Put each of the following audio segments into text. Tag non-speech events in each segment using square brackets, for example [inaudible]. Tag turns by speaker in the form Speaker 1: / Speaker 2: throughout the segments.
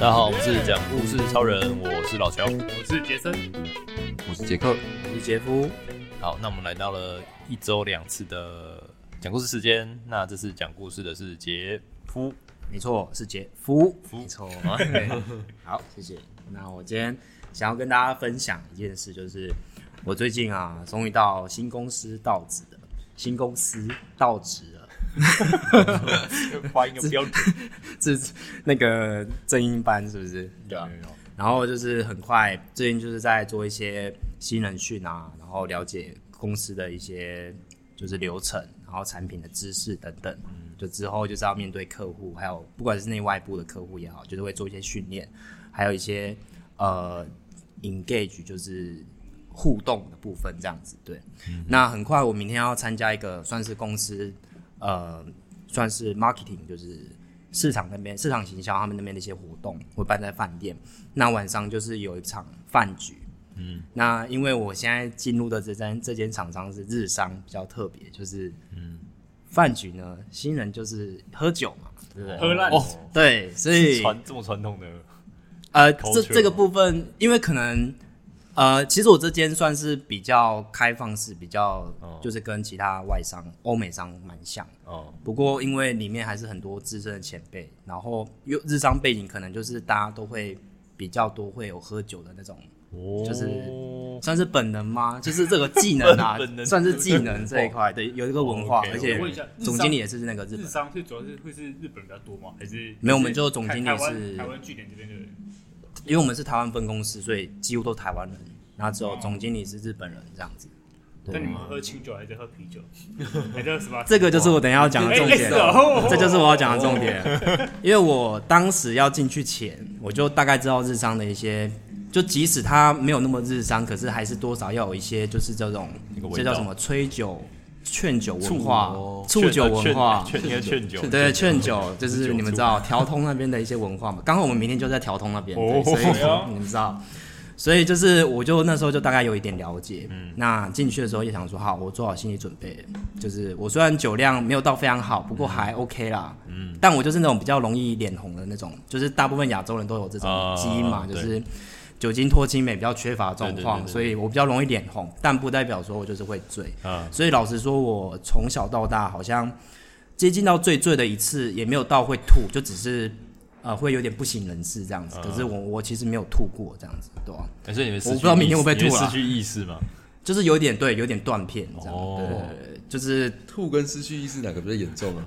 Speaker 1: 大家好，我们是讲故事超人，我是老乔。
Speaker 2: 我是杰森，
Speaker 3: 我是杰克，
Speaker 4: 李杰夫，
Speaker 1: 好，那我们来到了一周两次的讲故事时间。那这次讲故事的是杰夫，
Speaker 4: 没错，是杰夫，
Speaker 1: 夫
Speaker 4: 没
Speaker 1: [laughs]
Speaker 4: 错。对好，谢谢。那我今天想要跟大家分享一件事，就是我最近啊，终于到新公司到职了，新公司到职了。 [laughs]
Speaker 1: 发音个标准。
Speaker 4: 这那个正音班是不是？
Speaker 1: 对啊。
Speaker 4: 然后就是很快，最近就是在做一些新人训啊，然后了解公司的一些就是流程，然后产品的知识等等。就之后就是要面对客户，还有不管是内外部的客户也好，就是会做一些训练，还有一些呃 engage 就是互动的部分这样子。对，那很快我明天要参加一个算是公司呃算是 marketing 就是市场那边市场行销他们那边的一些活动会办在饭店，那晚上就是有一场饭局。嗯，那因为我现在进入的这间这间厂商是日商，比较特别，就是嗯，饭局呢，新人就是喝酒嘛，对不对？
Speaker 2: 荷兰
Speaker 1: 哦，
Speaker 4: 对，所以
Speaker 1: 传这么传统的，
Speaker 4: 呃，
Speaker 1: culture
Speaker 4: 这这个部分，因为可能呃，其实我这间算是比较开放式，比较、就是跟其他外商、欧美商蛮像的。
Speaker 1: 哦，，
Speaker 4: 不过因为里面还是很多资深的前辈，然后又日商背景，可能就是大家都会比较多会有喝酒的那种，就是算是本能吗？就是这个技能啊
Speaker 1: 本能
Speaker 4: 算是技能这一块，对，有一个文化，
Speaker 1: 哦，OK，
Speaker 4: 而
Speaker 2: 我问
Speaker 4: 且
Speaker 2: 一下日商
Speaker 4: 总经理也是那个日
Speaker 2: 日
Speaker 4: 本人。
Speaker 2: 商是主要是会是日本比较多吗？还是
Speaker 4: 没有我们就总经理
Speaker 2: 台湾
Speaker 4: 是
Speaker 2: 台湾据点这边的人，
Speaker 4: 因为我们是台湾分公司，所以几乎都台湾人，然后只有总经理是日本人这样子。
Speaker 2: 但你们喝清酒还是喝啤
Speaker 4: [laughs]
Speaker 2: 酒？还是喝什么？
Speaker 4: 这个就是我等一下要讲的重
Speaker 2: 哎哎哦
Speaker 4: 点
Speaker 2: 是，哦
Speaker 4: 这就是我要讲的重点。因为我当时要进去前，我就大概知道日商的一些，就即使他没有那么日商，可是还是多少要有一些就是这种
Speaker 1: 那个味道啊
Speaker 4: 这叫什么催酒、劝酒文化、促酒文
Speaker 1: 劝呃
Speaker 4: 化。
Speaker 1: 劝劝劝酒， [laughs]
Speaker 4: 对，劝 [laughs] 酒就是你们知道调通那边的一些文化嘛。刚好我们明天就在调通那边，对所
Speaker 2: 哦
Speaker 4: 以你们知道，所以就是我就那时候就大概有一点了解。嗯，那进去的时候也想说，好，我做好心理准备。就是我虽然酒量没有到非常好，不过还 OK 啦。嗯，但我就是那种比较容易脸红的那种，就是大部分亚洲人都有这种
Speaker 1: 啊
Speaker 4: 基因嘛，就
Speaker 1: 对
Speaker 4: 是。酒精脱氢酶比较缺乏的状
Speaker 1: 对对对
Speaker 4: 况，
Speaker 1: 对对
Speaker 4: 所以我比较容易脸红，但不代表说我就是会醉。
Speaker 1: 啊，
Speaker 4: 所以老实说，我从小到大好像接近到最醉的一次，也没有到会吐，就只是呃会有点不省人事这样
Speaker 1: 啊
Speaker 4: 子。可是我我其实没有吐过这样子，对吧、
Speaker 1: 但是你们失去
Speaker 4: 我不知道明天会不会
Speaker 1: 意识
Speaker 4: 吐啊
Speaker 1: 你们失去意识嘛？
Speaker 4: 就是有点对，有点断片这样。
Speaker 1: 哦
Speaker 4: 对，就是
Speaker 3: 吐跟失去意识哪个比较严重啊？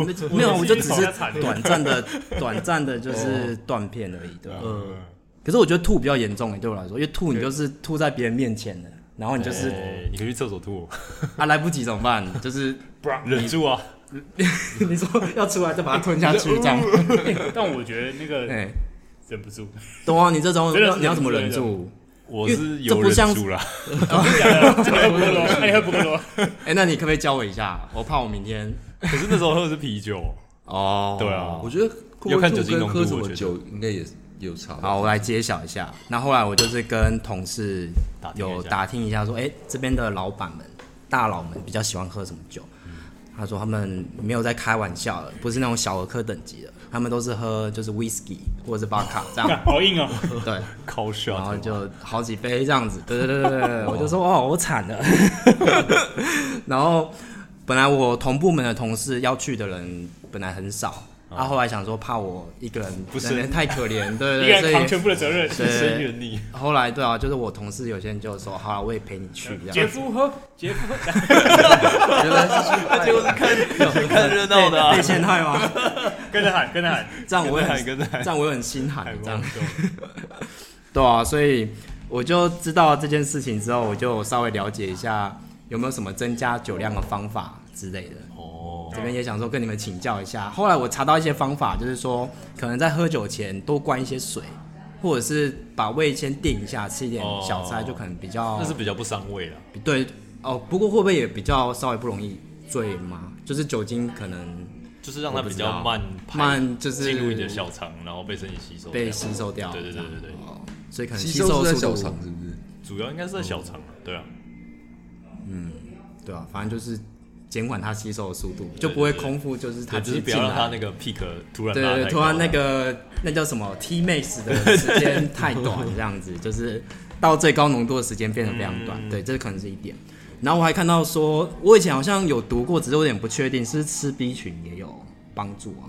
Speaker 4: [laughs] 没有，
Speaker 2: 我
Speaker 4: 我
Speaker 2: 觉
Speaker 4: 就
Speaker 2: 得
Speaker 4: 只
Speaker 2: 比
Speaker 4: 是
Speaker 2: 较惨
Speaker 4: 短暂 [laughs] 的、短暂的，就是断片而已，对吧？可是我觉得吐比较严重诶，嗯欸对我哦来说，因为吐你就是吐在别人面前的，然后你就是
Speaker 1: 哎你可以去厕所吐，
Speaker 4: 啊来不及怎么办？就是
Speaker 1: 忍住啊，
Speaker 4: [laughs] 你说要出来再把它吞下去这样， [laughs]
Speaker 2: 但我觉得那个
Speaker 4: 哎。
Speaker 2: 忍
Speaker 4: [laughs]
Speaker 2: 不住，
Speaker 4: 懂啊，你这种
Speaker 2: 真的是
Speaker 4: 你要怎么
Speaker 2: 忍
Speaker 4: 忍
Speaker 2: 不
Speaker 4: 住？
Speaker 1: 我
Speaker 4: 因为
Speaker 1: 是
Speaker 4: 这
Speaker 1: 有
Speaker 4: 不
Speaker 1: 忍
Speaker 4: 像
Speaker 1: 住啦，
Speaker 2: 那你喝不喝罗？那你喝
Speaker 4: [laughs]
Speaker 2: 不喝罗？
Speaker 4: 哎、那你可不可以教我一下？我怕我明天
Speaker 1: 可是那时候喝的是啤酒，
Speaker 4: 哦。
Speaker 1: 对啊
Speaker 3: 我，觉得
Speaker 1: 要看酒精浓
Speaker 3: 跟
Speaker 1: 度
Speaker 3: 喝什
Speaker 1: 我
Speaker 3: 么
Speaker 1: 觉得
Speaker 3: 酒应该也有差。
Speaker 4: 好，我来揭晓一下。那后来我就是跟同事
Speaker 1: 打听一下
Speaker 4: 有打听一下，说，哎、这边的老板们、大佬们比较喜欢喝什么酒？
Speaker 1: 嗯
Speaker 4: 他说他们没有在开玩笑了，不是那种小儿科等级的，他们都是喝就是 whisky 或者是 vodka
Speaker 1: [laughs]
Speaker 4: 这样，
Speaker 2: 好硬哦！
Speaker 4: 对，
Speaker 1: 靠笑，
Speaker 4: 然后就好几杯这样子，对对对对对
Speaker 1: [laughs]
Speaker 4: 对，我就说哦，我惨了。 [laughs] 然后本来我同部门的同事要去的人本来很少，啊，后来想说怕我一个人
Speaker 1: 哦不是
Speaker 4: 在那边太可怜，
Speaker 1: [laughs]
Speaker 4: 对
Speaker 2: 一个
Speaker 4: 对
Speaker 2: 人
Speaker 4: 对，
Speaker 2: 扛
Speaker 4: 所
Speaker 2: 全部的责任。
Speaker 4: 对
Speaker 1: 深远你，
Speaker 4: 以后来对啊，就是我同事有些人就说好了，啊我也陪你
Speaker 1: [laughs]
Speaker 4: 去这
Speaker 2: 杰
Speaker 4: 样。
Speaker 2: 夫喝，杰夫喝，
Speaker 3: 原来是
Speaker 1: 看热闹的啊
Speaker 4: 被，陷害吗？
Speaker 1: [laughs]
Speaker 2: 跟着喊，跟着喊，
Speaker 4: 这样 [laughs] 我也很
Speaker 1: 跟着喊跟着喊哎
Speaker 4: 这样我也很心寒
Speaker 2: 太，
Speaker 4: [laughs] 这样
Speaker 2: 棒了
Speaker 4: 对啊，所以我就知道这件事情之后，我就稍微了解一下有没有什么增加酒量的方法之类的。
Speaker 1: 哦，
Speaker 4: 这边也想说跟你们请教一下。后来我查到一些方法，就是说可能在喝酒前多灌一些水，或者是把胃先定一下，吃一点小菜，
Speaker 1: 哦
Speaker 4: 就可能比较
Speaker 1: 那是比较不伤胃啦。
Speaker 4: 对哦。不过会不会也比较稍微不容易醉嘛？就是酒精可能
Speaker 1: 就是让它比较慢排
Speaker 4: 慢就是
Speaker 1: 进入你的小肠，然后被身体吸收掉，
Speaker 4: 被吸收掉，
Speaker 1: 对对对对对，
Speaker 4: 哦，所以可能
Speaker 3: 吸
Speaker 4: 吸
Speaker 3: 收
Speaker 4: 收
Speaker 3: 是在
Speaker 4: 速
Speaker 3: 小
Speaker 4: 度
Speaker 3: 肠是不是？
Speaker 1: 主要应该是在小肠啊，对啊，
Speaker 4: 对啊，反正就是减缓它吸收的速度，就不会空腹，就是它
Speaker 1: 对，
Speaker 4: 直
Speaker 1: 就是
Speaker 4: 接
Speaker 1: 不
Speaker 4: 进
Speaker 1: 要让它
Speaker 4: 来。
Speaker 1: 那个 peak 啊突然
Speaker 4: 对
Speaker 1: 拉
Speaker 4: 对，
Speaker 1: 太
Speaker 4: 突然
Speaker 1: 高啊
Speaker 4: 那个那叫什么 T max 的时间太短，这样子就是到最高浓度的时间变得非常短。对，这可能是一点。然后我还看到说，我以前好像有读过，只是我有点不确定，是不是吃 B 群也有帮助啊？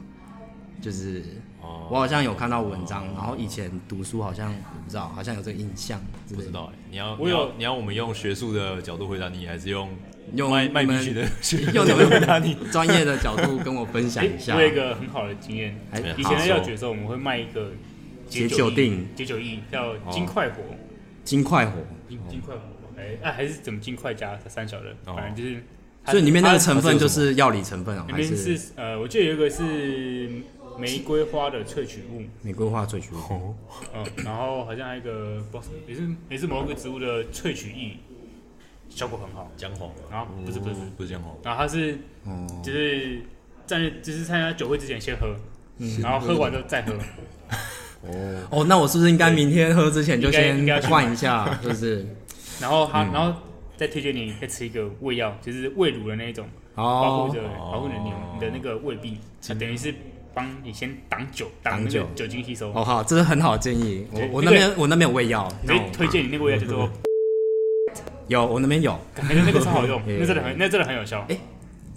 Speaker 4: 就是我好像有看到文章，然后以前读书好像我不知道，好像有这个印象之类的，
Speaker 1: 不知道哎、你要
Speaker 2: 我
Speaker 1: 你要
Speaker 2: 有
Speaker 1: 你要我们用学术的角度回答你，还是用
Speaker 4: 用
Speaker 1: 卖卖
Speaker 4: 你们
Speaker 1: 米曲的学术
Speaker 4: [laughs] 用你
Speaker 1: 角度回答你？
Speaker 4: 们专业的角度跟我分享一
Speaker 2: 诶 [laughs]
Speaker 4: 下。
Speaker 2: 哎我有一个很好的经验
Speaker 4: 哎，
Speaker 2: 以前在药局的时候，我们会卖一个
Speaker 4: 解酒定
Speaker 2: 液解酒液叫金快活，
Speaker 4: 金快活，
Speaker 2: 金金快活，哎，啊还是怎么金快加三小的，
Speaker 1: 哦
Speaker 2: 反正就是它，
Speaker 4: 所以里面那个
Speaker 2: 它
Speaker 4: 成分就是药理成分哦，
Speaker 2: 里
Speaker 4: 还
Speaker 2: 面
Speaker 4: 是
Speaker 2: 是呃，我记得有一个是玫瑰花的萃取物，
Speaker 4: 玫瑰花萃取物？
Speaker 2: 嗯，然后好像还有一个不知道也是也是某个植物的萃取液，效果很好。
Speaker 1: 姜黄
Speaker 2: 然后不是不是不是
Speaker 1: 不是姜黄，
Speaker 2: 然后它是
Speaker 4: 哦，
Speaker 2: 就是站就是参加酒会之前先喝，然后喝完之后再喝，
Speaker 4: 哦，那我是不是应该明天喝之前就先
Speaker 2: 应该应该去买
Speaker 4: 换一下？
Speaker 2: [laughs]
Speaker 4: 就是
Speaker 2: 然后它
Speaker 4: 嗯
Speaker 2: 然后再推荐你再吃一个胃药，就是胃乳的那一种，保护
Speaker 4: 哦
Speaker 2: 着保护着你你的那个胃壁，它等于是帮你先挡酒，挡那
Speaker 4: 挡酒
Speaker 2: 个酒精吸收。
Speaker 4: 哦好，这是很好的建议。我
Speaker 2: 对
Speaker 4: 我那边我那边有胃药，
Speaker 2: 所
Speaker 4: 那
Speaker 2: 以
Speaker 4: 我
Speaker 2: 推荐你那个味啊道叫做，
Speaker 4: 有我那边有
Speaker 2: 感觉那个超好
Speaker 4: [laughs]
Speaker 2: 用，
Speaker 4: 对
Speaker 2: 那真的很那真的很有效。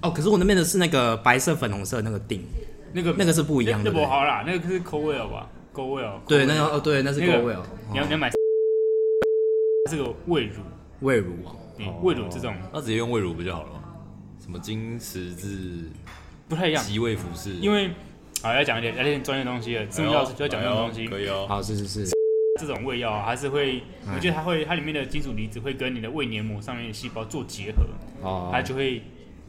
Speaker 4: 哦，可是我那边的是那个白色粉红色那个锭，
Speaker 2: 那个
Speaker 4: 那个是不一样
Speaker 2: 那
Speaker 4: 的。
Speaker 2: 那不好啦，那个是 c o w e l 吧 c o w e l
Speaker 4: 对，那个哦对，那是
Speaker 2: 那个
Speaker 4: 够味哦，
Speaker 2: 你要你要买 [laughs] 这个胃乳，
Speaker 4: 胃乳哦。
Speaker 2: 你胃乳这种
Speaker 1: 那直接用胃乳不就好了吗？什么金十字、
Speaker 2: 不太一样，
Speaker 1: 极味服饰，
Speaker 2: 因为啊要讲一点要讲一点专业东西了，中
Speaker 1: 哎呦
Speaker 2: 药师就要讲这种东
Speaker 1: 哎呦可
Speaker 2: 西。
Speaker 1: 以哦。
Speaker 4: 好，是是是，
Speaker 2: 这种胃药啊它是会，我觉得它会它里面的金属离子会跟你的胃黏膜上面的细胞做结合，
Speaker 4: 哦，
Speaker 2: 它就会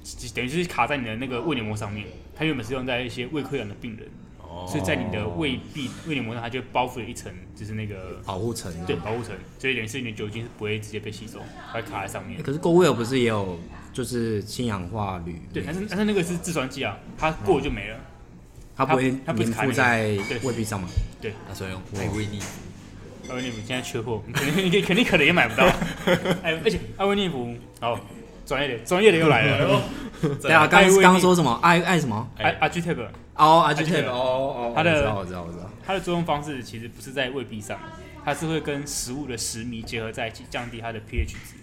Speaker 2: 就等于是卡在你的那个胃黏膜上面。它原本是用在一些胃溃疡的病人，
Speaker 4: 哦
Speaker 2: 所以在你的胃壁胃黏膜上，它就包覆了一层就是那个
Speaker 4: 保护层啊
Speaker 2: 对，保护层，所以等于是你的酒精是不会直接被吸收，它会卡在上面
Speaker 4: 欸。可是 g o w e l 不是也有就是氢氧化铝？
Speaker 2: 对，但是但是那个是制酸剂啊，它过了就
Speaker 4: 嗯
Speaker 2: 没了。
Speaker 4: 它不会
Speaker 2: 它不
Speaker 4: 粘
Speaker 2: 是卡
Speaker 4: 附在
Speaker 2: 那个对
Speaker 4: 胃壁上嘛？
Speaker 1: 那啊所以用艾维尼
Speaker 2: 艾维尼福现在缺货，你肯定你肯定可能也买
Speaker 4: [laughs]
Speaker 2: 不到。哎，而且艾维尼福，哦，专业的专业的又来
Speaker 4: [laughs]
Speaker 2: 了。
Speaker 4: 对啊，刚
Speaker 2: 艾维
Speaker 4: 刚
Speaker 2: 尼
Speaker 4: 刚说什么？爱爱什么？
Speaker 2: 哎 a g i t a b
Speaker 4: 哦 a g i t a
Speaker 2: Agitate
Speaker 4: b 哦哦，
Speaker 2: 它的
Speaker 4: 我知道我知道我知道。
Speaker 2: 它的作用方式其实不是在胃壁上，它是会跟食物的食糜结合在一起，降低它的 pH 值，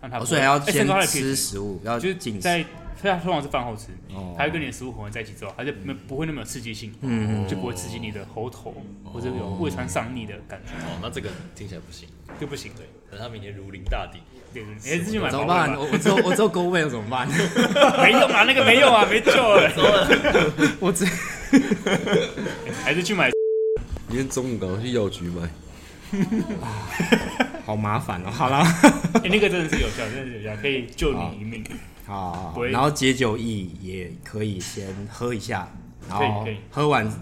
Speaker 2: 让它不
Speaker 4: 哦
Speaker 2: 会
Speaker 4: 所以要
Speaker 2: 哎
Speaker 4: 先
Speaker 2: 升高它的 pH
Speaker 4: 吃
Speaker 2: 值。
Speaker 4: 食物，要
Speaker 2: 就是
Speaker 4: 进食。
Speaker 2: 在它通常是饭后吃
Speaker 4: 哦，
Speaker 2: 它会跟你的食物混合在一起之后，它就没不会那么有刺激性，
Speaker 4: 嗯
Speaker 2: 就不会刺激你的喉头或者有胃酸上逆的感觉，
Speaker 1: 哦，那这个听起来不行，
Speaker 2: 就不行了。
Speaker 1: 等他明天如临大敌。
Speaker 2: 对对，哎，自己买
Speaker 4: 怎
Speaker 2: 保
Speaker 4: 么
Speaker 2: 温
Speaker 4: 办？
Speaker 2: 吧
Speaker 4: 我我只有我只有 g o w e l 怎么办？
Speaker 2: 没用啊，那个没
Speaker 4: [laughs]
Speaker 2: 用啊，没救了，
Speaker 4: 我只
Speaker 2: [laughs] 还是去买。
Speaker 3: 明天中午赶快去药局买。
Speaker 4: 好麻烦哦。好啦，
Speaker 2: 哎、那个真的是有效，真的是有效，可以救你一命。
Speaker 4: 好好，好
Speaker 2: 喂
Speaker 4: 然后解酒液也可以先喝一下，然
Speaker 2: 可以
Speaker 4: 后
Speaker 2: 可以
Speaker 4: 喝完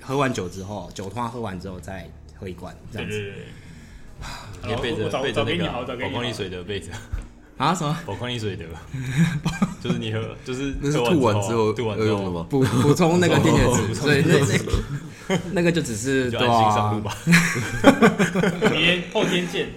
Speaker 4: 喝完酒之后，酒通常喝完之后再喝一罐这
Speaker 2: 对
Speaker 4: 样子
Speaker 2: 对对
Speaker 1: 你
Speaker 2: 对。
Speaker 1: 先背
Speaker 2: 我我
Speaker 1: 着
Speaker 2: 找
Speaker 1: 背着
Speaker 2: 找给
Speaker 1: 那
Speaker 2: 你
Speaker 1: 个
Speaker 2: 好，
Speaker 1: 啊
Speaker 2: 找
Speaker 1: 宝
Speaker 2: 给你
Speaker 1: 矿力
Speaker 2: 好。
Speaker 1: 水的背
Speaker 2: [laughs]
Speaker 1: 着，
Speaker 4: 啊？什么
Speaker 1: 宝矿力水的，就是你喝，就是
Speaker 3: 那是
Speaker 1: 喝
Speaker 3: 吐完之
Speaker 1: 后
Speaker 3: 后
Speaker 1: 啊，吐完
Speaker 3: 要
Speaker 1: 之
Speaker 3: 用的
Speaker 1: 后
Speaker 3: 吗？
Speaker 4: 补补充那个电解质，
Speaker 1: 补充
Speaker 4: 所以那那那个就只是
Speaker 1: 就
Speaker 4: 对
Speaker 1: 安心上
Speaker 4: 啊
Speaker 1: 路，吧。
Speaker 2: 明天后天见。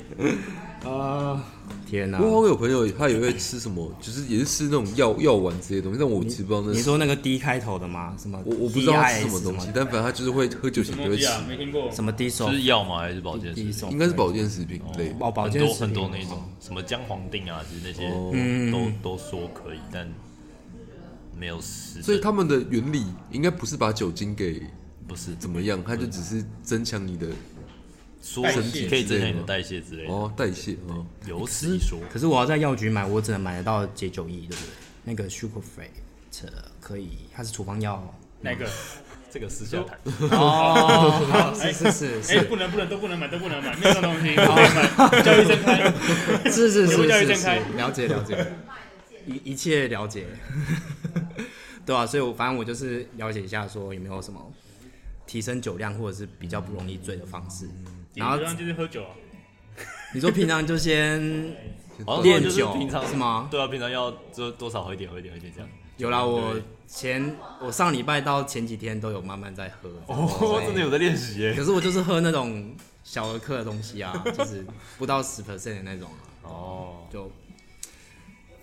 Speaker 4: 天哪
Speaker 3: 不！过我有朋友，他也会吃什么，就是也是吃那种药药丸这些东西，但我其实不知道那
Speaker 4: 你
Speaker 3: 是
Speaker 4: 说那个 D 开头的吗？什么 DIS？
Speaker 3: 我我不知道它是什么东西，但反正他就是会喝酒
Speaker 2: 什
Speaker 3: 前
Speaker 2: 么
Speaker 3: 就
Speaker 2: 东
Speaker 3: 会
Speaker 2: 西
Speaker 3: 吃，
Speaker 2: 啊？没听过。
Speaker 4: 什么 D 手
Speaker 1: 是药吗？还是保健
Speaker 4: D
Speaker 1: 食
Speaker 4: 手
Speaker 1: 品？
Speaker 3: 应该是保健食品类的。
Speaker 4: 哦保
Speaker 1: 很
Speaker 4: 健
Speaker 1: 多
Speaker 4: 食
Speaker 1: 很
Speaker 4: 品
Speaker 1: 多那种什么姜黄锭啊，就是那些
Speaker 3: 哦
Speaker 4: 嗯
Speaker 1: 都都说可以，但没有实证。
Speaker 3: 所以他们的原理应该不是把酒精给
Speaker 1: 不是
Speaker 3: 怎么样，它就只是增强你的
Speaker 1: 说
Speaker 2: 身体
Speaker 1: 可以增
Speaker 3: 之类
Speaker 1: 强你
Speaker 3: 吗
Speaker 1: 的代谢之类的，
Speaker 3: 哦代谢哦。
Speaker 1: 有此一说。
Speaker 4: 可是我要在药局买，我只能买得到解酒液，对不对？那个 sugar free 这可以，它是处方药哦。
Speaker 2: 哪个？
Speaker 1: 这个私下谈，
Speaker 4: [laughs] 哦，好是是是
Speaker 2: 哎、
Speaker 4: 是
Speaker 2: 不能不能都不能买，都不能买，没有那东西，不可以买。教育正开，
Speaker 4: 是是
Speaker 2: 我
Speaker 4: 是
Speaker 2: 们教育
Speaker 4: 是
Speaker 2: 正
Speaker 4: 是
Speaker 2: 开，
Speaker 4: 了解了解，一一切了解， [laughs] 对啊，所以我反正我就是了解一下，说有没有什么提升酒量或者是比较不容易醉的方式。然后
Speaker 2: 基本上就是喝酒、啊。
Speaker 4: 你说平常就先
Speaker 1: 好像
Speaker 4: 练
Speaker 1: 就是
Speaker 4: 酒
Speaker 1: 平常
Speaker 4: 是吗
Speaker 1: 对啊，平常要多多少喝一点，喝一点，喝一点这样。
Speaker 4: 有啦，我
Speaker 1: 对
Speaker 4: 前我上礼拜到前几天都有慢慢在喝
Speaker 1: 哦，真的有在练习耶。
Speaker 4: 可是我就是喝那种小儿 [laughs] 科的东西啊，就是不到十 percent 的那种啊，
Speaker 1: 哦，
Speaker 4: 就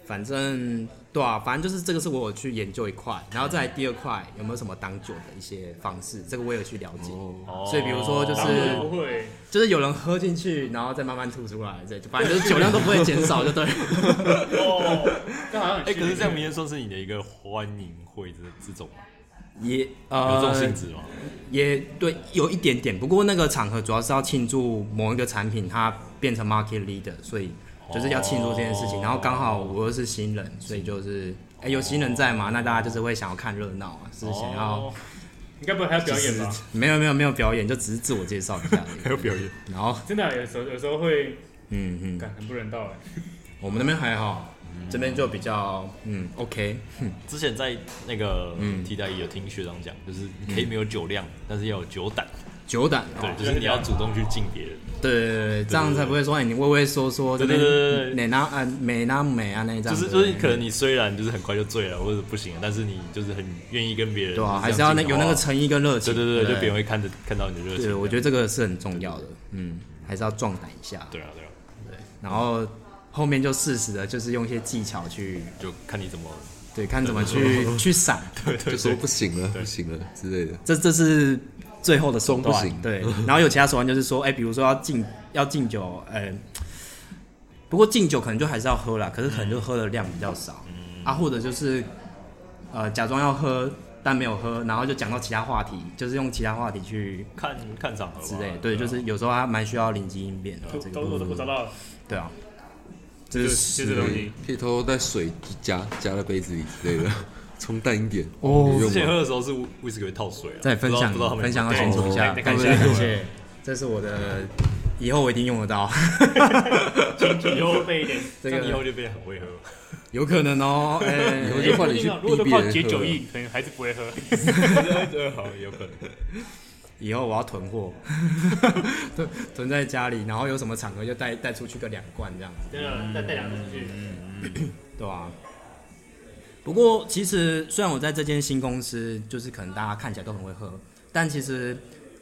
Speaker 4: 反正对啊，反正就是这个是我有去研究一块，然后再来第二块有没有什么挡酒的一些方式，这个我有去了解。
Speaker 1: 哦
Speaker 4: 所以比如说就是
Speaker 2: 当然啊不会，
Speaker 4: 就是有人喝进去，然后再慢慢吐出来，这反正就是酒量都不会减少，就对了。
Speaker 1: [laughs]
Speaker 4: [laughs]
Speaker 2: 哦，这好像很
Speaker 1: 哎、
Speaker 2: 新
Speaker 1: 可是这样明天算是你的一个欢迎会这这种吗
Speaker 4: 也
Speaker 1: 有这种
Speaker 4: 呃
Speaker 1: 性质吗？
Speaker 4: 也对，有一点点。不过那个场合主要是要庆祝某一个产品它变成 market leader，所以就是要庆祝这件事情。
Speaker 1: 哦
Speaker 4: 然后刚好我又是新人，所以就是哎、有新人在嘛，那大家就是会想要看热闹啊，是想要、
Speaker 1: 哦
Speaker 2: 你该不会还要表演吧？
Speaker 4: 没有没有没有表演，就只是自我介绍一下而已。
Speaker 1: 还有表演，
Speaker 4: 然后
Speaker 2: 真的啊有时候有时候会，
Speaker 4: 嗯嗯，
Speaker 2: 感很不人道哎。
Speaker 4: 我们那边还好，这边就比较嗯 OK。
Speaker 1: 之前在那个
Speaker 4: 嗯
Speaker 1: 替代役有听学长讲，就是你可以没有酒量，但是要有酒胆，
Speaker 4: 酒胆
Speaker 1: 对，就是你要主动去敬别人。
Speaker 4: 对对对对，这样才不会说哎你畏畏缩缩，这边
Speaker 1: 对对对对
Speaker 4: 哪那啊美那美啊那一张，
Speaker 1: 就是就是，可能你虽然就是很快就醉了或者不行了，但是你就是很愿意跟别人
Speaker 4: 对啊，
Speaker 1: 这样
Speaker 4: 还是要那
Speaker 1: 敬
Speaker 4: 有那个
Speaker 1: 好啊
Speaker 4: 诚意跟热情。
Speaker 1: 对对对，
Speaker 4: 不
Speaker 1: 就别人会看着看到你的热情。
Speaker 4: 对，我觉得这个是很重要的，嗯，还是要壮胆一下。
Speaker 1: 对啊对啊，
Speaker 4: 然后后面就适时的，就是用一些技巧去，
Speaker 1: 就看你怎么
Speaker 4: 对，看怎么去去闪，
Speaker 3: 就说不行了，不行了之类的。
Speaker 4: 这这是最后的手
Speaker 3: 中不
Speaker 4: 段
Speaker 3: 行。
Speaker 4: 对，然后有其他手段就是说，哎，比如说要敬要敬酒，哎，不过敬酒可能就还是要喝啦，可是可能就喝的量比较少，啊，或者就是呃假装要喝但没有喝，然后就讲到其他话题，就是用其他话题去。
Speaker 1: 看看场合吧
Speaker 4: 之类的，对，
Speaker 1: 啊
Speaker 4: 就是有时候他蛮需要灵机应变的
Speaker 2: 都。
Speaker 4: 这个
Speaker 2: 都我都我找到了，
Speaker 4: 对啊，
Speaker 2: 就
Speaker 4: 这
Speaker 2: 就这东西。
Speaker 3: 可以偷偷带水加加到杯子里之类的，冲淡一点。
Speaker 4: 哦
Speaker 3: 有
Speaker 1: 之前
Speaker 3: 用吗？
Speaker 1: 喝的时候是威士忌会套水啊，
Speaker 4: 再分享
Speaker 1: 不知道不知道他们
Speaker 4: 分享要
Speaker 1: 对
Speaker 4: 清楚一下，
Speaker 2: 对再看一下
Speaker 4: 谢谢，这是我的，以后我一定用得
Speaker 2: [laughs]
Speaker 4: 到，
Speaker 2: 以后备一点，
Speaker 1: 这样以后就变得很会喝。
Speaker 4: 有可能哦，哎
Speaker 3: 以后就换你去
Speaker 2: 如果都
Speaker 3: 逼别
Speaker 2: 靠
Speaker 3: 人
Speaker 2: 解
Speaker 3: 喝
Speaker 2: 酒
Speaker 3: 了。
Speaker 2: 意，可能还是不会喝。
Speaker 1: [laughs] 对，好，有可能。
Speaker 4: 以后我要囤货， [laughs] 囤囤在家里，然后有什么场合就带带出去个两罐这样子，
Speaker 2: 真的，再带两个出去。
Speaker 4: 对啊。不过其实虽然我在这间新公司，就是可能大家看起来都很会喝，但其实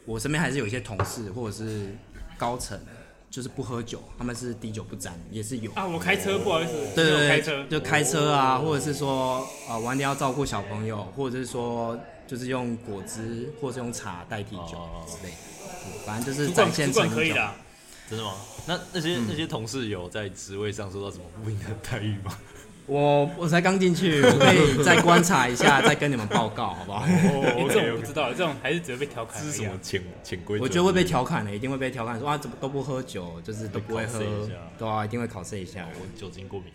Speaker 4: 我身边还是有一些同事或者是高层，就是不喝酒，他们是滴酒不沾，也是
Speaker 2: [laughs]
Speaker 4: 有。
Speaker 2: 啊，我开车，不好意思，
Speaker 4: 对
Speaker 2: 我
Speaker 4: 对
Speaker 2: 开
Speaker 4: 对，
Speaker 2: 车，
Speaker 4: 就开车啊，或者是说呃晚点要照顾小朋友，或者是说就是用果汁或是用茶代替酒
Speaker 1: 哦
Speaker 4: 之类的，嗯反正就是
Speaker 2: 主
Speaker 4: 展
Speaker 2: 管
Speaker 4: 现
Speaker 2: 主
Speaker 4: 成
Speaker 2: 管可以
Speaker 4: 一种
Speaker 2: 的。
Speaker 1: [laughs]
Speaker 2: 啊
Speaker 1: 真的吗？那那些那些同事有在职位上受到什么不应该的待遇吗？ [laughs]
Speaker 4: 我我才刚进去，我可以再观察一下，再跟你们报告，好不好？
Speaker 2: 哦，这
Speaker 1: OK，OK
Speaker 2: 种我不知道，这种还是只会被调侃
Speaker 1: 这
Speaker 2: 而已
Speaker 1: 是
Speaker 2: 啊。
Speaker 1: 什么潜潜规则？
Speaker 4: 我觉得会被调侃的，一定会被调侃说啊，怎么都不喝酒，就是都不会喝
Speaker 1: 被考试一下，
Speaker 4: 对啊，一定会考试一下，
Speaker 1: 我酒精过敏，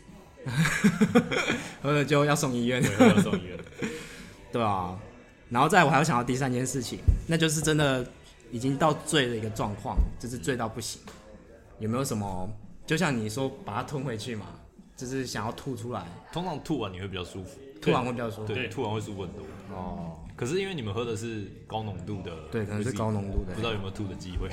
Speaker 4: 喝了就要送医院。
Speaker 1: 我要送医院。
Speaker 4: [laughs] 对啊，然后再来我还要想到第三件事情，那就是真的已经到醉的一个状况，就是醉到不行，有没有什么？就像你说把它吞回去嘛，就是想要吐出来，
Speaker 1: [laughs] 通常吐完你会比较舒服，
Speaker 4: 吐完会比较舒服。
Speaker 1: 对，
Speaker 2: 对
Speaker 1: 吐完会舒服很多。
Speaker 4: 哦，
Speaker 1: 可是因为你们喝的是高浓度的，
Speaker 4: 对，可能是高浓度的，
Speaker 1: 不知道有没有吐的机会。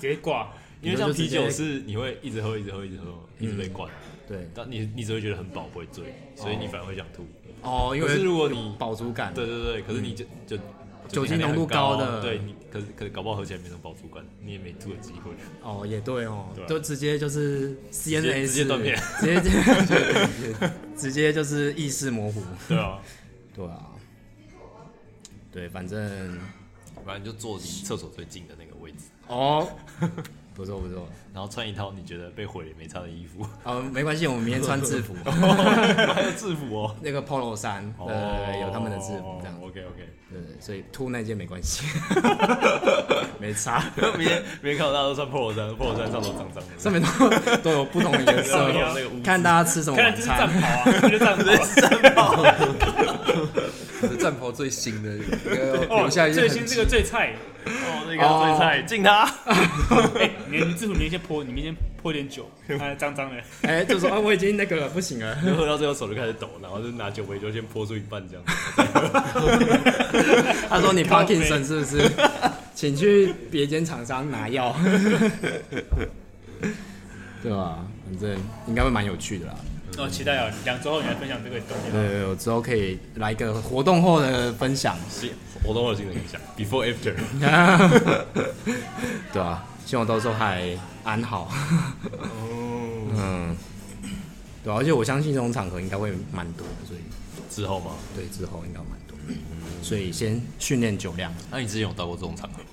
Speaker 2: 直接挂，
Speaker 1: 因为像
Speaker 4: 你就哎
Speaker 1: 啤
Speaker 4: 直接
Speaker 1: 酒是你会一直喝，一直喝，一直喝，一直被灌，
Speaker 4: 对
Speaker 1: 但你你只会觉得很饱，不会醉，所以你反而会想吐。
Speaker 4: 哦，因
Speaker 1: 可是
Speaker 4: 为
Speaker 1: 如果你
Speaker 4: 饱足感，
Speaker 1: 对对对，可是你就就
Speaker 4: 酒精
Speaker 1: 含量
Speaker 4: 浓度
Speaker 1: 很高啊
Speaker 4: 高的
Speaker 1: 对你可是可是搞不好喝起来没什么饱足感，你也没吐的机
Speaker 4: [laughs]
Speaker 1: 会。
Speaker 4: 哦也对哦，
Speaker 1: 啊
Speaker 4: 就直接就是
Speaker 1: 接
Speaker 4: CNS
Speaker 1: 直接断片，
Speaker 4: 直接 [laughs] 直接直接就是意识模糊，
Speaker 1: 对啊，
Speaker 4: 对啊，对，反正
Speaker 1: 反正就坐离厕所最近的那个位置，
Speaker 4: 哦，不错不错。
Speaker 1: 然后穿一套你觉得被毁了也没差的衣
Speaker 4: [laughs]
Speaker 1: 服，
Speaker 4: 呃，没关系，我们明天穿制服，
Speaker 1: [laughs] 还有制服哦。
Speaker 4: 那个 polo 衫，对对对，有他们的制服这样，
Speaker 1: OK OK，
Speaker 4: 对对，所以吐那件没关系，没差，
Speaker 1: [laughs] 明天明天看到大家都穿 polo 衫，polo 衫上都脏脏的，
Speaker 4: 上面都都有不同的
Speaker 1: 上
Speaker 4: 颜色
Speaker 1: 面，有那个污
Speaker 4: 看大家吃什么
Speaker 2: 看来
Speaker 4: 晚
Speaker 2: 这是战
Speaker 4: 餐。
Speaker 2: 袍啊，这是战袍啊。
Speaker 3: 我的战袍最新的，应该要
Speaker 2: 哦，
Speaker 3: [laughs] 留下一些
Speaker 2: 最
Speaker 3: 痕
Speaker 2: 新
Speaker 3: 迹
Speaker 2: 这个最菜，
Speaker 1: 哦，那
Speaker 4: 哦
Speaker 1: 个最菜，敬他。
Speaker 2: [laughs] 哎，你你制服你先泼，你明天泼点酒，看脏脏的。
Speaker 1: 嗯
Speaker 4: 哎，就说啊，我已经那个了，不行了。
Speaker 1: 就喝到最后手就开始抖，然后就拿酒杯就先泼出一半这样。
Speaker 4: [laughs] 他说你
Speaker 2: 靠背
Speaker 4: Parkinson 是不 [laughs] 是？请去别间厂商拿 [laughs] 药，对吧？反正应该会蛮有趣的啦。
Speaker 2: 我期待啊，两周后你来分享这个东西。
Speaker 4: 对，我之后可以来一个活动后的分 [laughs] 享。
Speaker 1: 是活动后精神影响，before after。 [laughs]
Speaker 4: 对哦啊，希望我到时候还安好。嗯，对啊、而且我相信这种场合应该会蛮多的，所以
Speaker 1: 之后吗？
Speaker 4: 对之后应该蛮多的，所以先训练酒量
Speaker 1: 那你之前有到过这种场合吗？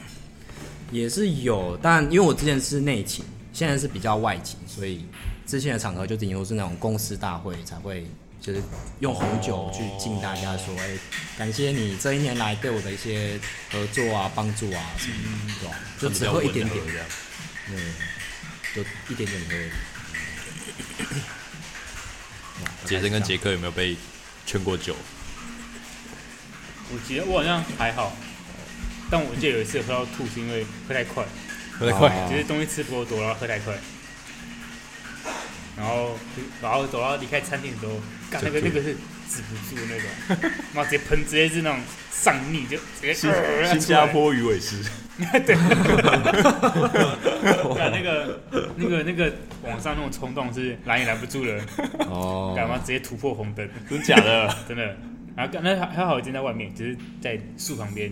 Speaker 4: 也是有，但因为我之前是内勤，现在是比较外勤，所以之前的场合就顶多是那种公司大会才会。就是用红酒去敬大家说，哎、感谢你这一年来对我的一些合作啊、帮助啊什么的，对吧、就只喝一点点
Speaker 1: 比较温和，这样。
Speaker 4: 嗯，啊就一点点喝而已。
Speaker 1: 杰森跟杰克有没有被劝过酒？
Speaker 2: 我觉得我好像还好，但我记得有一次喝到吐是因为喝太快，
Speaker 1: 喝太快
Speaker 4: 啊
Speaker 2: 就是东西吃不够多，然后喝太快，然后然后走到离开餐厅的时候，干那个那个是止不住那种，妈直接喷，直接是那种上逆，就直接呃
Speaker 1: 新加坡鱼尾狮，
Speaker 2: 对 [laughs] 啊，那个、那个、那个网上那种冲动是拦也拦不住了，
Speaker 4: 哦
Speaker 2: 干嘛直接突破红灯，
Speaker 1: 真假的？
Speaker 2: 真的。然后刚那还还好，已经在外面，只是在树旁边，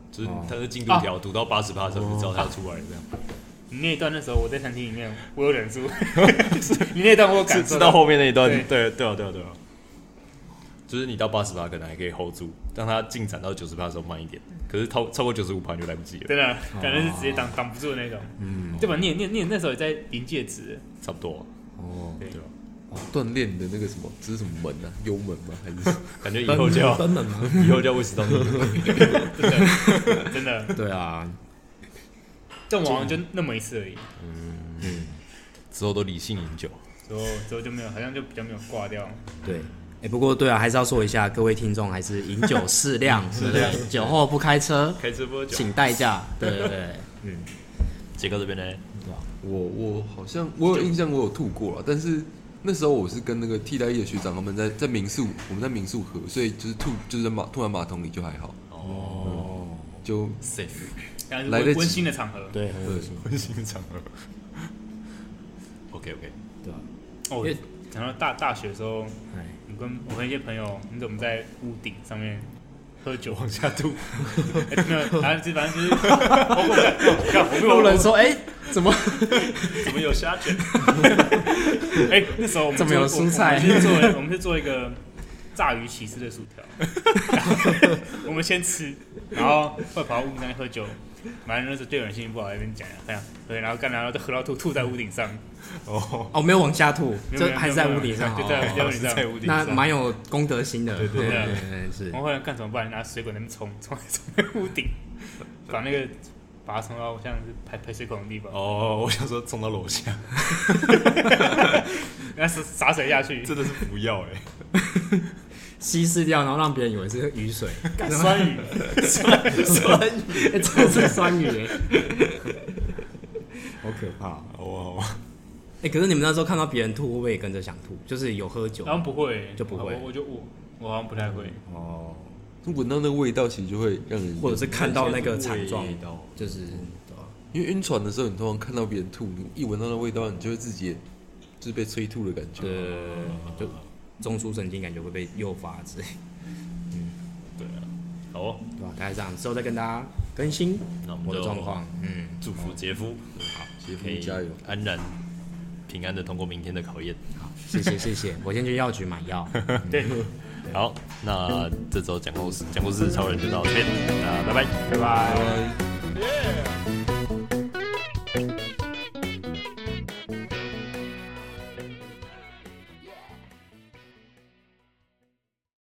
Speaker 1: 就是
Speaker 4: 哦
Speaker 1: 他的进度条读到八十趴的时候，你就知道他要出来这样，
Speaker 2: 你那一段那时候我在餐厅里面，我有忍住。 [laughs] 你那一段我有感
Speaker 1: 是
Speaker 2: 受
Speaker 1: 知道后面那一段，
Speaker 2: 对
Speaker 1: 对对啊对啊对啊，就是你到八十趴可能还可以 hold 住，让他进展到九十趴的时候慢一点，可是超超过九十五趴你就来不及了，
Speaker 2: 真的感觉是直接挡挡不住的那种。嗯，对吧？你也你也你也那时候也在临界值，
Speaker 1: 差不多，
Speaker 3: 哦，
Speaker 2: 对。
Speaker 3: 哦锻炼的那个什么，这是什么门啊？幽门吗？还是
Speaker 1: 感觉以后就要
Speaker 4: 根本嘛，
Speaker 1: [laughs] 以后就要胃食道逆流。
Speaker 2: 真的，
Speaker 4: 对啊，
Speaker 2: 但我好像就那么一次而已，
Speaker 1: 之后都理性饮酒。
Speaker 2: 之后之后就没有，好像就比较没有挂掉。
Speaker 4: 对。哎、不过对啊，还是要说一下，各位听众还是饮酒适 [laughs] 量，对不对？酒后不开车，
Speaker 1: 开直播
Speaker 4: 请代驾。对对对，
Speaker 1: 杰哥这边呢？
Speaker 3: 我我好像我有印象，我有吐过了，但是那时候我是跟那个替代役的学长他们在在民宿，我们在民宿喝，所以就是吐就是在马吐在马桶里就还好，
Speaker 1: 哦
Speaker 3: 就
Speaker 1: ，safe，
Speaker 2: 但是
Speaker 3: 来得
Speaker 2: 温
Speaker 3: 及
Speaker 2: 温馨的场合，
Speaker 4: 对，很
Speaker 3: 对
Speaker 1: 温馨场合。OK OK，
Speaker 4: 对啊。
Speaker 2: 哦
Speaker 4: 因为，
Speaker 2: 讲到大大学的时候，
Speaker 4: 哎，
Speaker 2: 我跟我跟一些朋友，你怎么在屋顶上面喝酒往下吐？ [laughs] 哎没有，反正就反正就是，我看我没有
Speaker 4: 有人说，哎、怎么
Speaker 2: [laughs] 怎么有虾卷？哎，那时候我们
Speaker 4: 怎么有
Speaker 2: 做我
Speaker 4: 蔬菜
Speaker 2: 我们是做我们是做一个炸鱼起司的薯条， [laughs] 我们先吃，然后会跑到屋顶上面喝酒。反正那时候对人心情不好，在那边讲呀，这样对，然后干然后就喝到吐，吐在屋顶上，
Speaker 1: 哦，
Speaker 4: 哦没有往下吐，
Speaker 2: 没有
Speaker 4: 这
Speaker 2: 没有
Speaker 4: 还是在屋顶上，
Speaker 2: 对
Speaker 4: 哦
Speaker 2: 对对
Speaker 1: 是在屋顶
Speaker 4: 那
Speaker 1: 上，
Speaker 4: 蛮有公德心的。对对
Speaker 2: 对
Speaker 4: 对对，是
Speaker 2: 我们后来干什么不然拿水管在那边冲，冲来冲去屋顶，把那个把它冲到像是排排水管的地方，
Speaker 1: 哦，我想说冲到楼
Speaker 2: [laughs]
Speaker 1: 下，
Speaker 2: 然后洒水下去，
Speaker 1: 真的是不要
Speaker 2: 欸
Speaker 1: 哎。
Speaker 4: 稀释掉，然后让别人以为是雨水，
Speaker 2: 干酸雨，
Speaker 4: 酸雨，哎真的是酸雨耶，好可怕哦。
Speaker 1: 好啊好啊，
Speaker 4: 哎、可是你们那时候看到别人吐，会不会也跟着想吐？就是有喝酒，
Speaker 2: 然后不会
Speaker 4: 就不会
Speaker 2: 我我就我我好像不太会，
Speaker 4: 哦，
Speaker 3: 闻到那个味道，其实就会让人
Speaker 4: 或者是看到那个惨状
Speaker 1: 味道，
Speaker 4: 就是对吧
Speaker 3: 因为晕船的时候，你通常看到别人吐，你一闻到那味道，你就会自己也就是被催吐的感觉。
Speaker 4: 呃，就中枢神经感觉会被诱发之类，
Speaker 1: 对啊，好哦，
Speaker 4: 对吧、大概这样，之后再跟大家更新
Speaker 1: 那我们
Speaker 4: 我的
Speaker 1: 就
Speaker 4: 状况。嗯，
Speaker 1: 祝福杰夫，好，
Speaker 3: 杰夫
Speaker 1: 可以
Speaker 3: 嗯加油
Speaker 1: 安然平安的通过明天的考验。
Speaker 4: 谢谢谢谢，我先去药局买药。
Speaker 2: 对，
Speaker 1: 好，那这周讲故事，讲故事超人就到这边，那拜拜。
Speaker 2: 拜拜。
Speaker 3: 拜拜